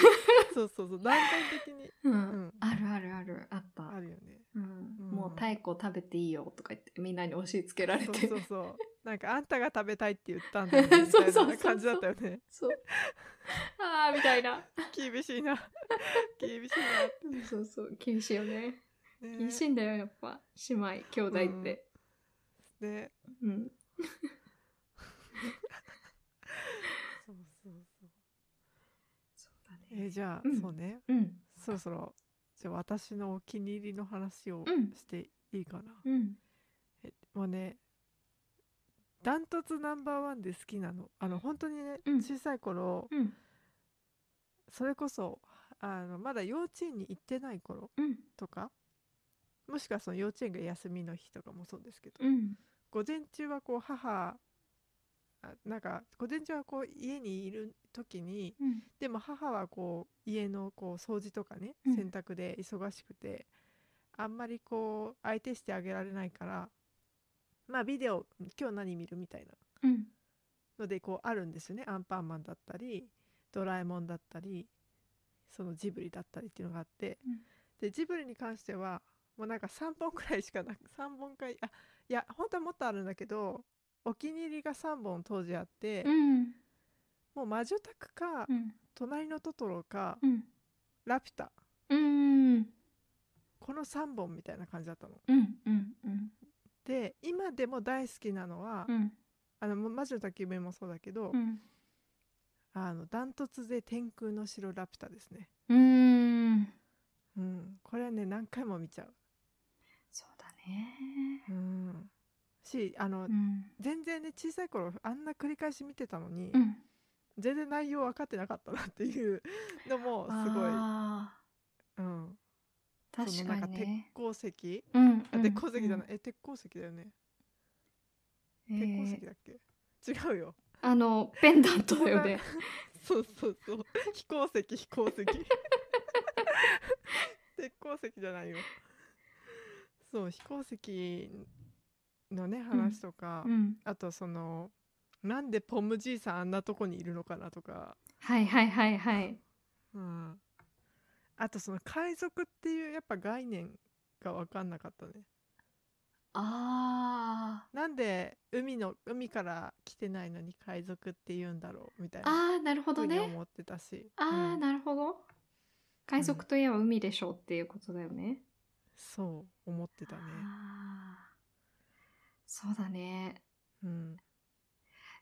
そうそうそう段階的に
うん
ん
あるあるあるあった。
あるよね
うん
うん
もう太鼓食べていいよとか言ってみんなに押し付けられ
そう
て
そうそうなんかあんたが食べたいって言ったんだよねみたい
そうそうそ
な
う
感じだったよね
そうああみたいな
厳しいな 厳しい
そうそう厳しいよね
なね
厳しいんだよやっぱ姉妹兄弟って、
ね
うん、
そうそうそう
そうだ
えじゃあ、
うん
そうね
うん
そろそろじゃあ私のお気に入りの話を
うん
していいかな、
うん
えもうねダントツナンバーワンで好きなのあの本当にね、
うん
小さい頃
うん
それこそあのまだ幼稚園に行ってない頃
うん
とかもしくはその幼稚園が休みの日とかもそうですけど、
うん
午前中はこう母あなんか午前中はこう家にいる時に
うん
でも母はこう家のこう掃除とかね
うん
洗濯で忙しくて、あんまりこう相手してあげられないからまあビデオ今日何見るみたいな
うん
のでこうあるんですよねアンパンマンだったりドラえもんだったりそのジブリだったりっていうのがあって、
うん
でジブリに関してはもうなんか3本くらいしかなく3本かいあいや本当はもっとあるんだけどお気に入りが3本当時あって、
うん
もう「魔女宅」か
う
「隣のトトロ」か
ん
「ラピュタ」
うん
この3本みたいな感じだったの。
うんうんうん
で今でも大好きなのは「
うん
あの魔女の宅急便」もそうだけど、
うん
あのダントツで「天空の城ラピュタ」ですね。
うん
うん、これはね何回も見ちゃう。
そうだね
うん、しあの、
うん
全然ね小さい頃あんな繰り返し見てたのに、
うん
全然内容分かってなかったなっていう のもすごい、
あ
うん、
ー
そ
確
のなん
か
か
に
鉄
ね
鉱石、
うん
あ鉄鉱石じゃない、
い
え鉄鉱石だよね鉄鉱石
えー
だっけ、違うよ
あのペンダントだよね
そうそうそう飛行石飛 行石鉄鉱石じゃないよそう飛行石のね話とか、
うん。
あとそのなんでポムじいさんあんなとこにいるのかなとか、
はいはいはいはい。
うん、あとその海賊っていうやっぱ概念が分かんなかったね
あ
なんで海の海から来てないのに海賊って言うんだろうみたい
ー。
な
あー、なるほ
ふ
ど
うに
ね。
思ってたし、
あ
う
ー、
ん
なるほど。海賊といえば海でしょうっていうことだよね。
そう思ってたね、
あーそうだね。
うん、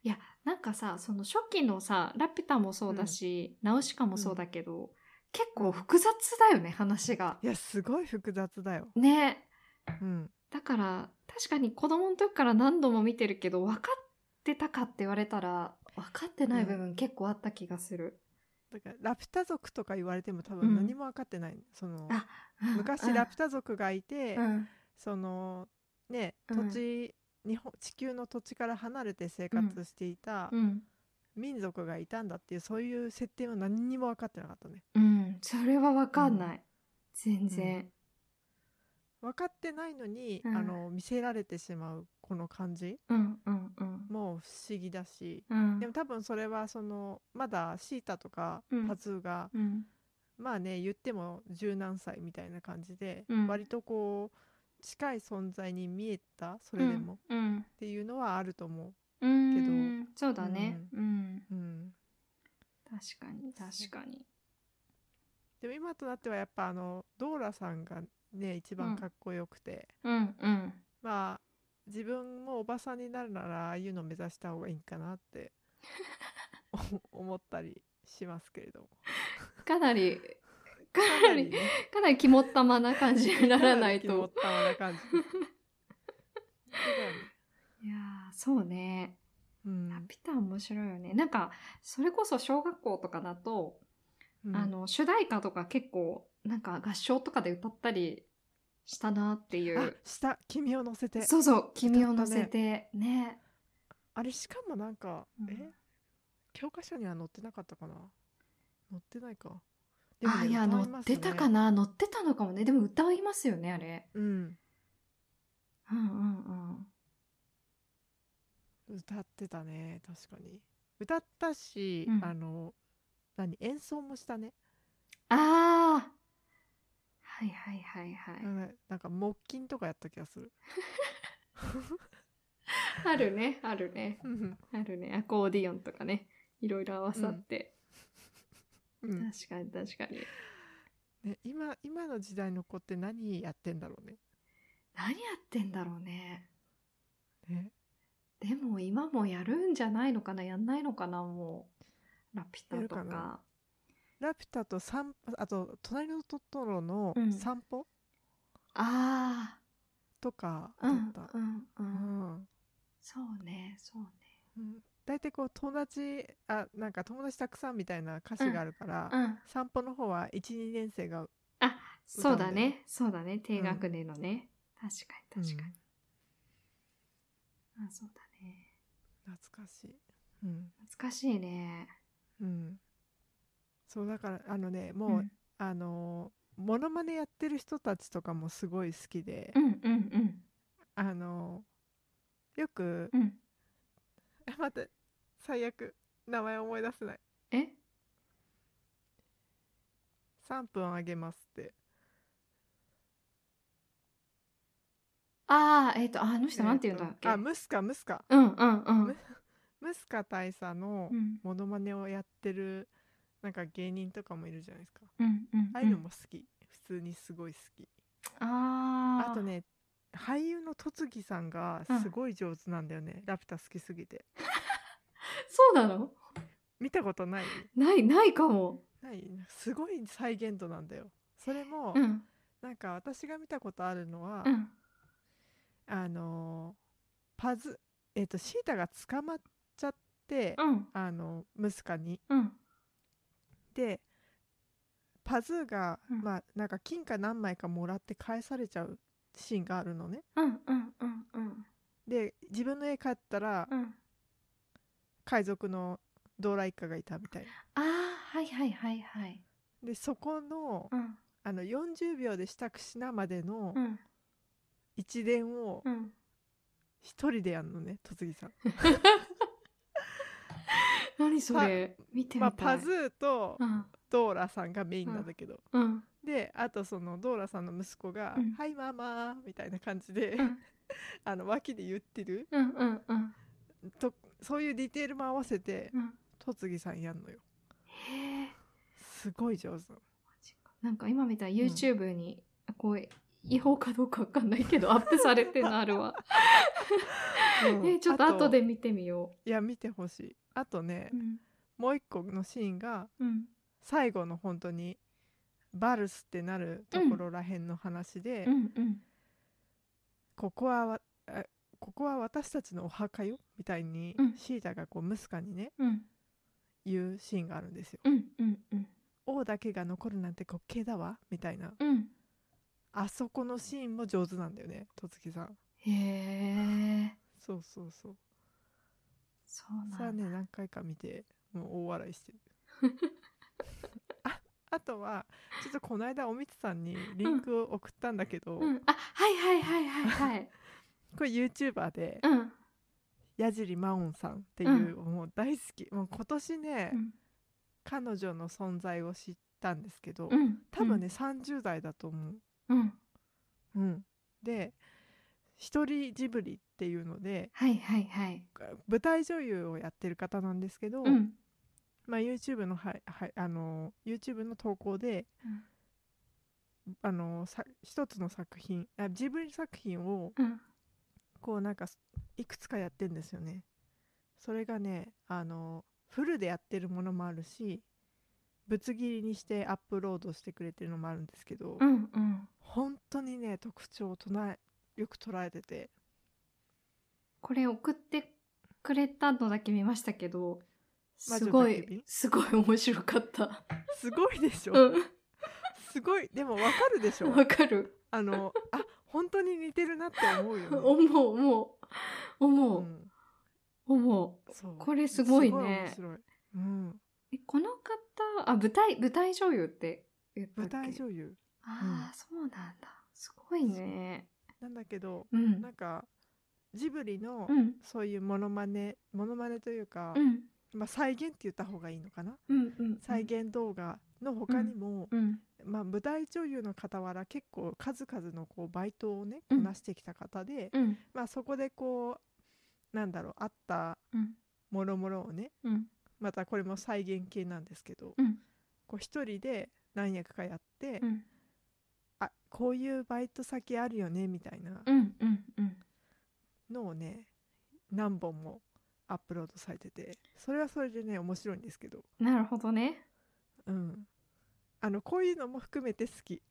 いや、なんかさ、その初期のさ、ラピュタもそうだし、ナウシカもそうだけど、結構複雑だよね、話が。
いやすごい複雑だよ、
ね。
うん、
だから、確かに子供の時から何度も見てるけど、分かってたかって言われたら、分かってない部分結構あった気がする。
だからラピュタ族とか言われても多
う
分
ん
何も分かってない、その
あ
昔ラピュ
ュ
タ族がいて、
うん。
そのね
うん
土地、日本地球の土地から離れて生活していた
うん。
民族がいたんだっていうそういう設定は何にも分かってなかったね
うん。それは分かんない。全然。
分かってないのに、
うん
あの見せられてしまうこの感じ
うんうんうん。
もう不思議だし
うん。
でも多分それはそのまだシータとか
うん
パズーが、
うん。
まあね言っても十何歳みたいな感じで、
うん
割とこう近い存在に見えたそれでも、っ
うん。
ていうのはあると思
うん。けど。そうだね。うん。
う。うん
確かに、
そう
確かに。
でも今となってはやっぱあのドーラさんがね一
うん
番かっこよくて、
うんうん。
まあ自分もおばさんになるならああいうの目指した方がいいんかなって お思ったりしますけれども
かなり、か
か
な
な
り
り、ね
かなり肝っ玉な感じにならない
かなり肝っ
と。
玉な感じです本当だよね
いやーそうね。
うん
ラピュタ面白いよね。なんか、それこそ小学校とかだと、
うん
あの、主題歌とか結構、なんか合唱とかで歌ったりしたなってい
あ
う。
下君を乗せて
そうそう、君を乗せて、ね。
あれしかもなんか、
うん
え教科書には載ってなかったかな載ってないかでもね
あ、いや、
歌
乗
ま
っ
すね
てたかな乗ってたのかもね。でも歌いますよね、あれ。
うん
うんうんうん。
歌ってたね確かに歌ったし、
うん
あの何演奏もしたね、
ああはいはいはいはい。
うんなんか木琴とかやった気がする
あるね、あるね。
うん
あるね。アコーディオンとかね。いろいろ合わさって。
うん
確かに確かに。
ね、今今の時代の子って何やってんだろうね
何やってんだろうね。
ね
でも今もやるんじゃないのかなやんないのかなもう。ラピュタと
やるか
か
な。ラピュタと散あと「隣のトトロ」の
うん
散歩
あ
とか
あ、う
だ
ん
っ、
う
た、
ん、
う
う。
んん
そうね、そうね。
うん大体こう友達あなんか友達たくさんみたいな歌詞があるから、
うん。
散歩の方は12年生が
そうだね、そうだね。低学年のね。確かに確かに。あ、そうだね。
うん懐かしい、うん
懐かしいね。
うん、そうだからあのねもう、
うん
あのモノマネやってる人たちとかもすごい好きで、
うんうん
あのよく
う、ん。うん。
え待って最悪名前思い出せない
え
3分あげますって
ああ、えっ、と、あの人なんて言うんだっけ、
あムスカムスカ
うんうんうん
む。ムスカ大佐の
うん
モノマネをやってるなんか芸人とかもいるじゃないですか、
うんうん。
ああいうのも好き普通にすごい好き
ああ。
あと。ね俳優の戸次さんがすごい上手なんだよね、ラピュタ好きすぎて
そうなの
見たことない
ない、ないかも。
ないすごい再現度なんだよそれも、
うん。
なんか私が見たことあるのは、
うん。
あのーパズえっ、とシータが捕まっちゃって、
うん。
あのムスカに
うん。
でパズーが、
うん
まあなんか金貨何枚かもらって返されちゃうシーンがあるのね
うんうんうんうん。
で自分の家帰ったら、
うん。
海賊のドーラ一家がいたみたいな
ああ、はいはいはいはい。
でそこの,、
うん。
あの40秒で支度しなまでの
うん。
一連を、
うん。
一人でやんのね戸次さん、
何それ見てみたい、
まあ、パズーと
うん
ドーラさんがメインなんだけど、
うん
であとそのドーラさんの息子が「
うん
はいママ」みたいな感じで、
うん
あの脇で言ってる
うんうんうん
とそういうディテールも合わせて
うん
戸次さんやんのよ
へえ
すごい上手
なんか今みたいに YouTube に、こう違法かどうかわかんないけ どアップされてるのあるわ、
うん
えちょっと後で見てみよ
いや見てほしいあとね
う、うん
もう一個のシーンが
うん
最後の本当にバルスってなるところらへんの話で、
うんうん
ここはわあここは私たちのお墓よみたいに、
うん
シータがこうムスカにね
うん
言うシーンがあるんですよ。
うんうんうん
王だけが残るなんて滑稽だわみたいな
うん
あそこのシーンも上手なんだよね戸月さん。
へえ
そうそうそう。
そう
さ
な
あ
んだ
ね何回か見てもう大笑い してるああとはちょっとこの間おみつさんにリンクを送ったんだけど、
うんあはいはいはいはいはい
これ YouTuber で
うん
矢尻真音さんっていう、もう大好きもう今年ね、
うん
彼女の存在を知ったんですけど、
うん
多分ね、30代だと思う。
うん
うん、で一人ジブリっていうので
はいはいはい
舞台女優をやってる方なんですけど、
うん
まあ、YouTube のはい、はい、あの YouTube の投稿で、あのさ一つの作品あジブリ作品を
うん
こうなんかいくつかやってんですよねそれがねあのフルでやってるものもあるしぶつ切りにしてアップロードしてくれてるのもあるんですけど、
うんうん
本当にね特徴を捉えよく捉えて て
これ送ってくれたのだけ見ましたけど
魔
す
女
ご
宅急便
いすごい面白かった
すごいでしょ、
う
すごいでもわかるでしょ
んわかる
あのあ本当に似てるなって思うよね、
思う思う思
う
うん思
そう
これすごいね
面白い、うん、
うえこの方あ舞台舞台女優って言ったっ
舞
け
台女優
ああそうなんだすごいね
なんだけど
うん
なんかジブリの
うん
そういうモノマネモノマネというか、
うん
まあ、再現って言った方がいいのかな
うんうん
再現動画の他にも、
うん
まあ、舞台女優の傍ら結構数々のこうバイトをねこ
うん
なしてきた方で、
うん
まあ、そこでこうなんだろうあった
うん
もろもろをね
うん
またこれも再現系なんですけど、
うん
こう一人で何役かやって、
うん
あこういうバイト先あるよねみたいな
うんうんうん
のをね何本もアップロードされててそれはそれでね面白いんですけど、
なるほどね
うん、あのこういうのも含めて好き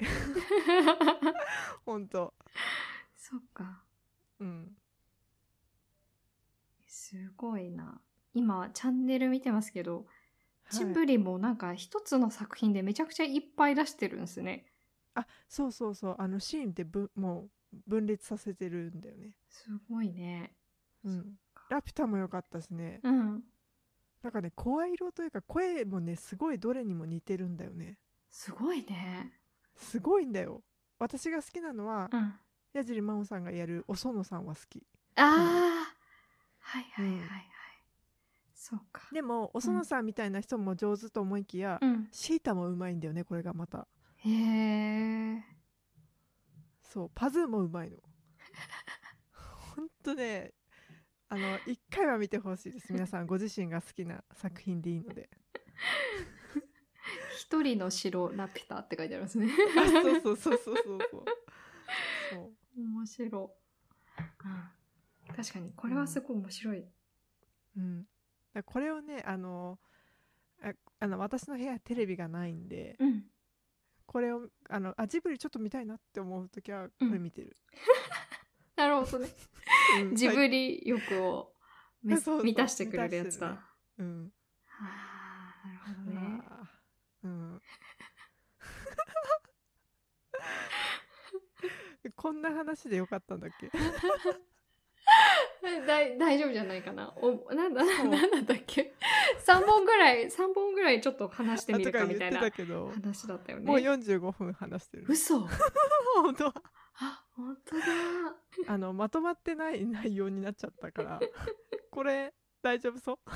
本当
そっか
うん
すごいな今チャンネル見てますけ
は
ど
い
ジブリもなんか一つの作品でめちゃくちゃいっぱい出してるんですね
あそうそうそうあのシーンってぶもう分裂させてるんだよね、
すごいね
う
そっ
ん、ラピュタも良かったしね
うん
なんかね声色というか声もねすごいどれにも似てるんだよね
すごいね
すごいんだよ私が好きなのは
うん
矢尻真央さんがやるお園さんは好き
ああはいはいはいはい、
うん
そうか
でもお園さんみたいな人も上手と思いきや、
うん
シータもうまいんだよねこれがまた
へえ
そうパズーもうまいの ほんとねあの一回は見てほしいです皆さんご自身が好きな作品でいいので
一人の城ラピュタって書いてありますね
あそうそうそうそうそうそうそう
面白い、うん、確かにこれはすごい面白い、
うん、だからこれをねあのああの私の部屋テレビがないんで
うん、
これをあのあジブリちょっと見たいなって思う時はこれ見てる、
なるほどね
うん
ジ
はい
ブリ欲をめ
そうそう
満たしてくれるやつだ。
満たうん
あーなるほどね。
あー うん、こんな話でよかったんだっけ
だい大丈夫じゃないかな。おなんだ
そう
なんだったっけ。 三本ぐらい三本ぐらいちょっと話してみる
と
か
か
み
言ったて
いな
たけど、
話だったよね。
もう45分話してる
嘘。
本当は
あ、本当だ。
あのまとまってない内容になっちゃったからこれ大丈夫そう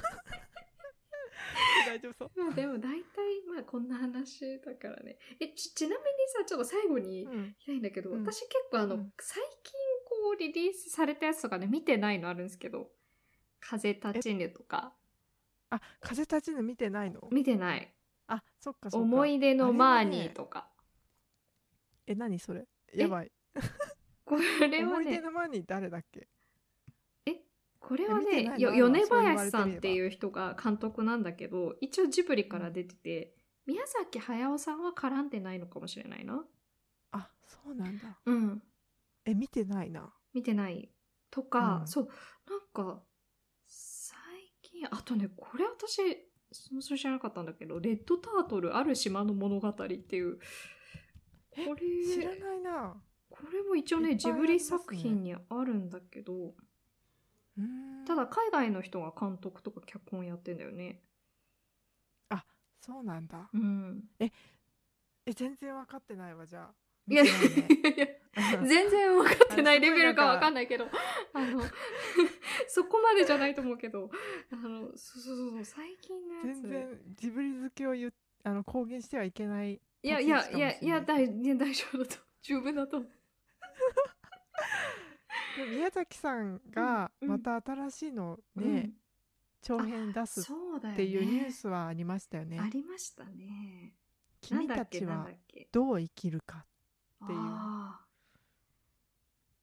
大丈夫そう
まあでも大体、まあこんな話だからね。え、ち、ちなみにさ、ちょっと最後に
うん
したいんだけど、
うん
私結構あの、
うん
最近こうリリースされたやつとかね、見てないのあるんですけど、風立ちぬとか、
あ風立ちぬ見てないの
見てない。
あそっかそっか
思い出
あれは
の
ね
マーニーとか。
え何それやばい
これは
思い出
ね、
の前に誰だっけ
これは
え見て
ね
な、い
よ
な
米
そう言われてみれば
林さんっていう人が監督なんだけど、一応ジブリから出てて、宮崎駿さんは絡んでないのかもしれないな。
あそうなんだ
うん。
え見てないな
見てないとか、
うん
そうなんか最近あとねこれ私そもそも知らなかったんだけど「レッドタートルある島の物語」っていう
え
これ
知らないな
これも一応ね
いっぱい
ジ
あり
ブ
ますね
リ作品にあるんだけど
うーん
ただ海外の人が監督とか脚本やってんだよね
そうなんだ
うん
え全然分かってないわじゃあ
いやい
見
や
てないね
いや全然分かってないレベルか分かんないけど、あの、そこまでじゃないと思うけど、あの、そうそうそう、最近のやつ。
全然ジブリ好きを言うあの公言してはいけない
いやい
立
や
ち位置か
い
もしれな
や
い
いや大いや大丈夫だと思う十分だと思う
でも宮崎さんが
うん
また新しいので、
うん
長編出すっ
そうだよ
て
ね
いうニュースはありましたよね
ありましたね。
君
なんだ
た
っけ
ち
なん
は
だっけ
どう生きるかていう
あー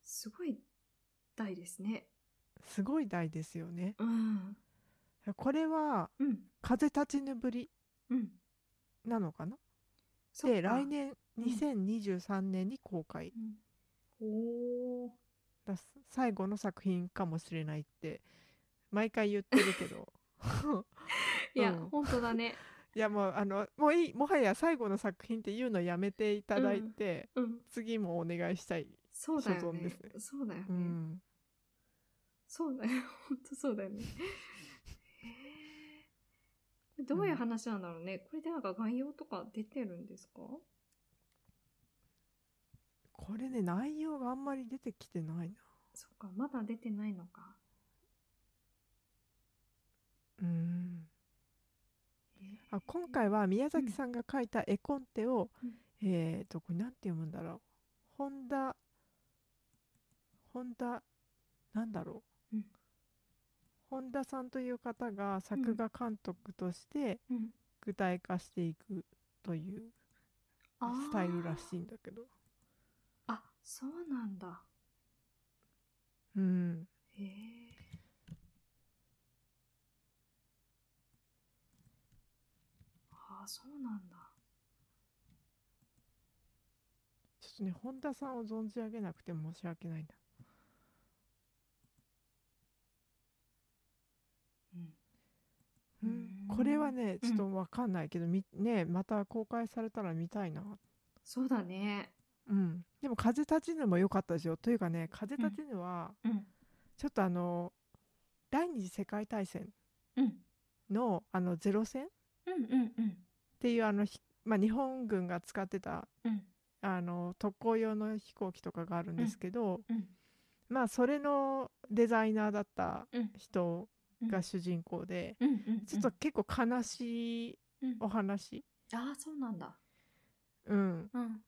すごい大ですね。
すごい題ですよね
うん
これは
うん
風立ちぬぶり
うん。
なのかな
そっ
で
か
来。年
うん
2023年に公開
うんおお。
だす最後の作品かもしれないって毎回言ってるけ ど
いや、
うん
本当だね。
いやもうあのもういいもはや最後の作品っていうのやめていただいて、
うん。
次もお願いしたい、
そうだよ
所存で
ね
すね。
そうだよね。
うん、
そうだよ。 本当そうだよね。へえどういう話なんだろうね。これでなんか概要とか出てるんですか
これね内容があんまり出てきてないな
そっか、まだ出てないのか。
うん
へえ
あ今回は宮崎さんが書いた絵コンテを、
うん
えっ、とこれなんて読むんだろう本田本田なんだろう、
うん
本田さんという方が作画監督として
うん
具体化していくという
あー
スタイルらしいんだけど
あ、そうなんだ。
うん
へえ。あー、そうなんだ。
ちょっとね本田さんを存じ上げなくて申し訳ないなう
うん。
ん
うん
これはね
う
ち
ん
ょっとわかんないけど、みねまた公開されたら見たいな
そうだね。
うんでも「風立ちぬ」も良かったですよというかね「風立ちぬ」は
うん。
ちょっとあの、第二次世界大戦
うん。
のあのゼロ戦っ
うんうんうん。
ていうあの、ひまあ、日本軍が使ってた
うん。
あの特攻用の飛行機とかがあるんですけど、
うん。
まあそれのデザイナーだった
うん。
人
うん
が主人公で、
うんうんうん。
ちょっと結構悲しい
うん、
お話、
ああ、そうなんだ。
うん、
うん。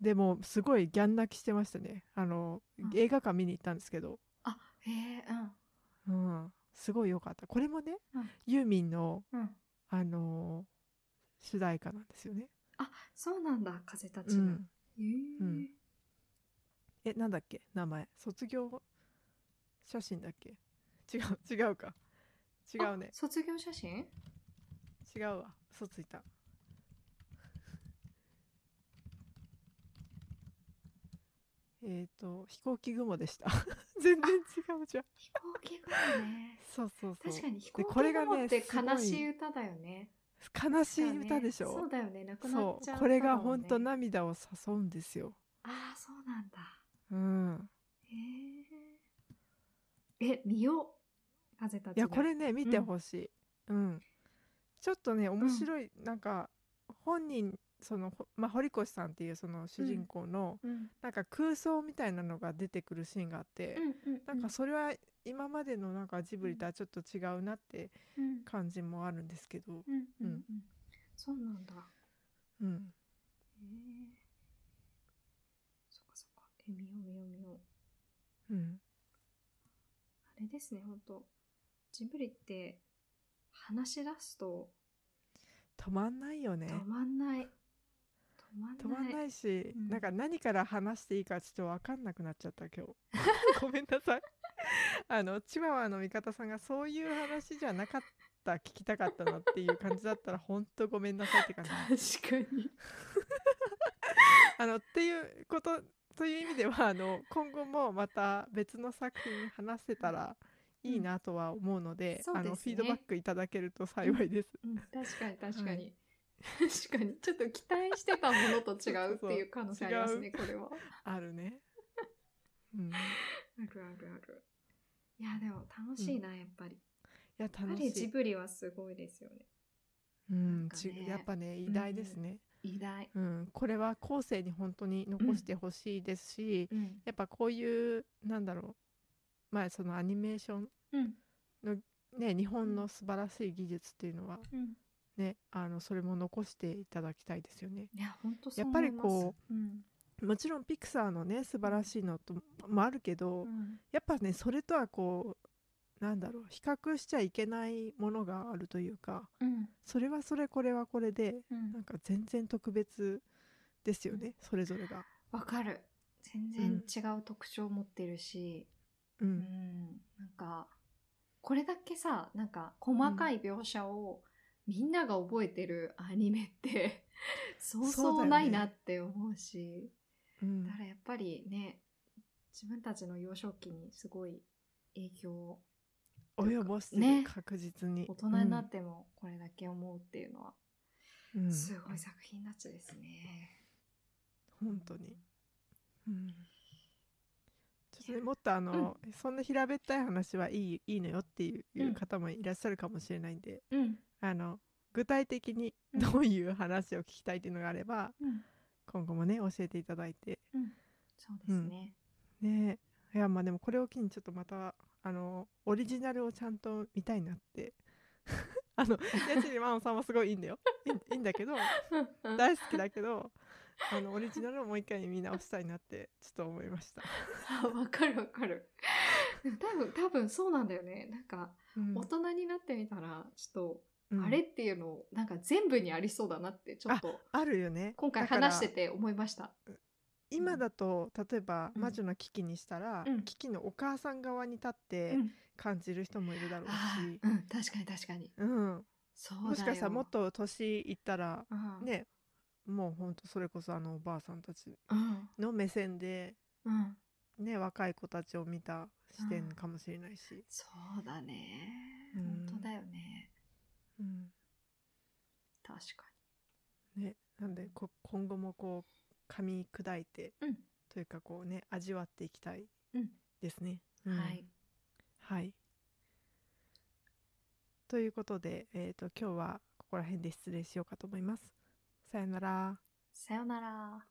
でもすごいギャン泣きしてましたねあの
うん
映画館見に行ったんですけど、
あ、へえ、
うん、すごい良かったこれもね、
うん
ユーミンの、
うん。うん。
あのー主題歌なんですよね、
あ、そうなんだ、風立
う
ちぬ。
ん、
へ
うん
え。
えなんだっけ名前卒業写真だっけ違う違うか違うね
あ卒業写真
違うわ嘘ついたえっ、と飛行機雲でした 全然違うじゃん
飛行機雲ね。
そうそうそう
確かに飛行機
これがね
雲って
すごい
悲しい歌だよね。
悲しい歌でし
そ
ょ
うだよね、なくなっ
そ
ち
う
ゃう。
これが本当
な。
涙を誘うんですよ
ああ、そうなんだ。
うん
へえ。え、見よう。風立ちぬ。
いやこれね見て
うん
ほしい、うんちょっとね面白い、なんか本人そのほまあ、堀越さんっていうその主人公の、
うん
なんか空想みたいなのが出てくるシーンがあって、
うん
なんかそれは今までのなんかジブリとはちょっと違うなって
うん
感じもあるんですけど、
うんうんう
うん
んそうなんだ
うん、
へえそっかそっかえ見よう見よう見よう
うん、
あれですね本当ジブリって話し出すと
止まんないよね
止まんない止まんない
止まんないし、
うん
なんか何から話していいかちょっと分かんなくなっちゃった今日 ごめんなさいあのチワワの味方さんがそういう話じゃなかった聞きたかったなっていう感じだったらほんとごめんなさいって感じ
確かに
あのっていうことという意味ではあ の今後もまた別の作品話せたらいいなとは思うので,、
うんそう
あ
です
のフィ
ね
ードバックいただけると幸いです。
うん確かに確か
は
に、確かにちょっと期待してたものと違うっていう可能性ありますねこれは
あるね。うん、い
あるあるあるいやでも楽しいな、やっぱり
や
やっ
楽
ぱ
し
りジ
い。
ブリはすごいですよね
うん、
なんか
ち
ね
やっぱね偉大ですね、
偉大
うんこれは後世に本当に残してほしいですし、
うん
やっぱこういうなんだろうまあそのアニメーション
うん
ね日本の素晴らしい技術っていうのは
うん
ねあのそれも残していただきたいですよね。
いや本当
やっぱりこ
う思います、
もちろんピクサーのね素晴らしいのともあるけど、
うんうん、
やっぱねそれとはこうなんだろう比較しちゃいけないものがあるというか
うん
それはそれこれはこれで
うん
なんか全然特別ですよね、それぞれが。
わかる全然違う特徴を持ってるし、
う
うん
ん
なんかこれだけさなんか細かい描写をみんなが覚えてるアニメって そう
そう
そ
だ
う
よね
ないなって思うし
うん
だからやっぱりね自分たちの幼少期にすごい影響を
及ぼしてる、
ね
確実に
大人になってもこれだけ思うっていうのは
うんうん
すごい作品たちですね。
本当に、うんちょっとねもっとあの、そんな平べったい話はいいいいのよっていういう方もいらっしゃるかもしれないんで、
うん、
あの具体的に
うん
どういう話を聞きたいっていうのがあれば、
うん、
今後もね教えていただいて
うん、そうですね。
ねいやまあでもこれを機にちょっとまたあのオリジナルをちゃんと見たいなって あの八千里真央さんもすごいいいんだよいいいいんだけど
うん
大好きだけどあのオリジナルをもう一回見直したいなってちょっと思いました、
あわかるわかる。でも多分多分そうなんだよね。なんか
うん
大人になってみたらちょ
う
っ
ん
とあれっていうのをなんか全部にありそうだなってちょっと
あるよね
今回
だから
話してて思いました。
今だと例えば
うん
魔女の危機にしたら、
うん
危機のお母さん側に立って
うん
感じる人もいるだろう
あー
し、
うん確かに確かに。
うん
そうだよ。
もしかしたらもっと年いったら
うん、
ねもうほんとそれこそあのおばあさんたち
うん
の目線で、
うん
ね、若い子たちを見た視点かもしれないし、
そうだね。
うん
本当だよね。
うん
確か
ね、なんでこ今後もこう噛み砕いて
に。
というかこうね味わっていきたい
うん
ですね。
う
うんん
はい。
はい。ということで、えー、と今日はここら辺で失礼しようかと思います。さよなら。
さよなら。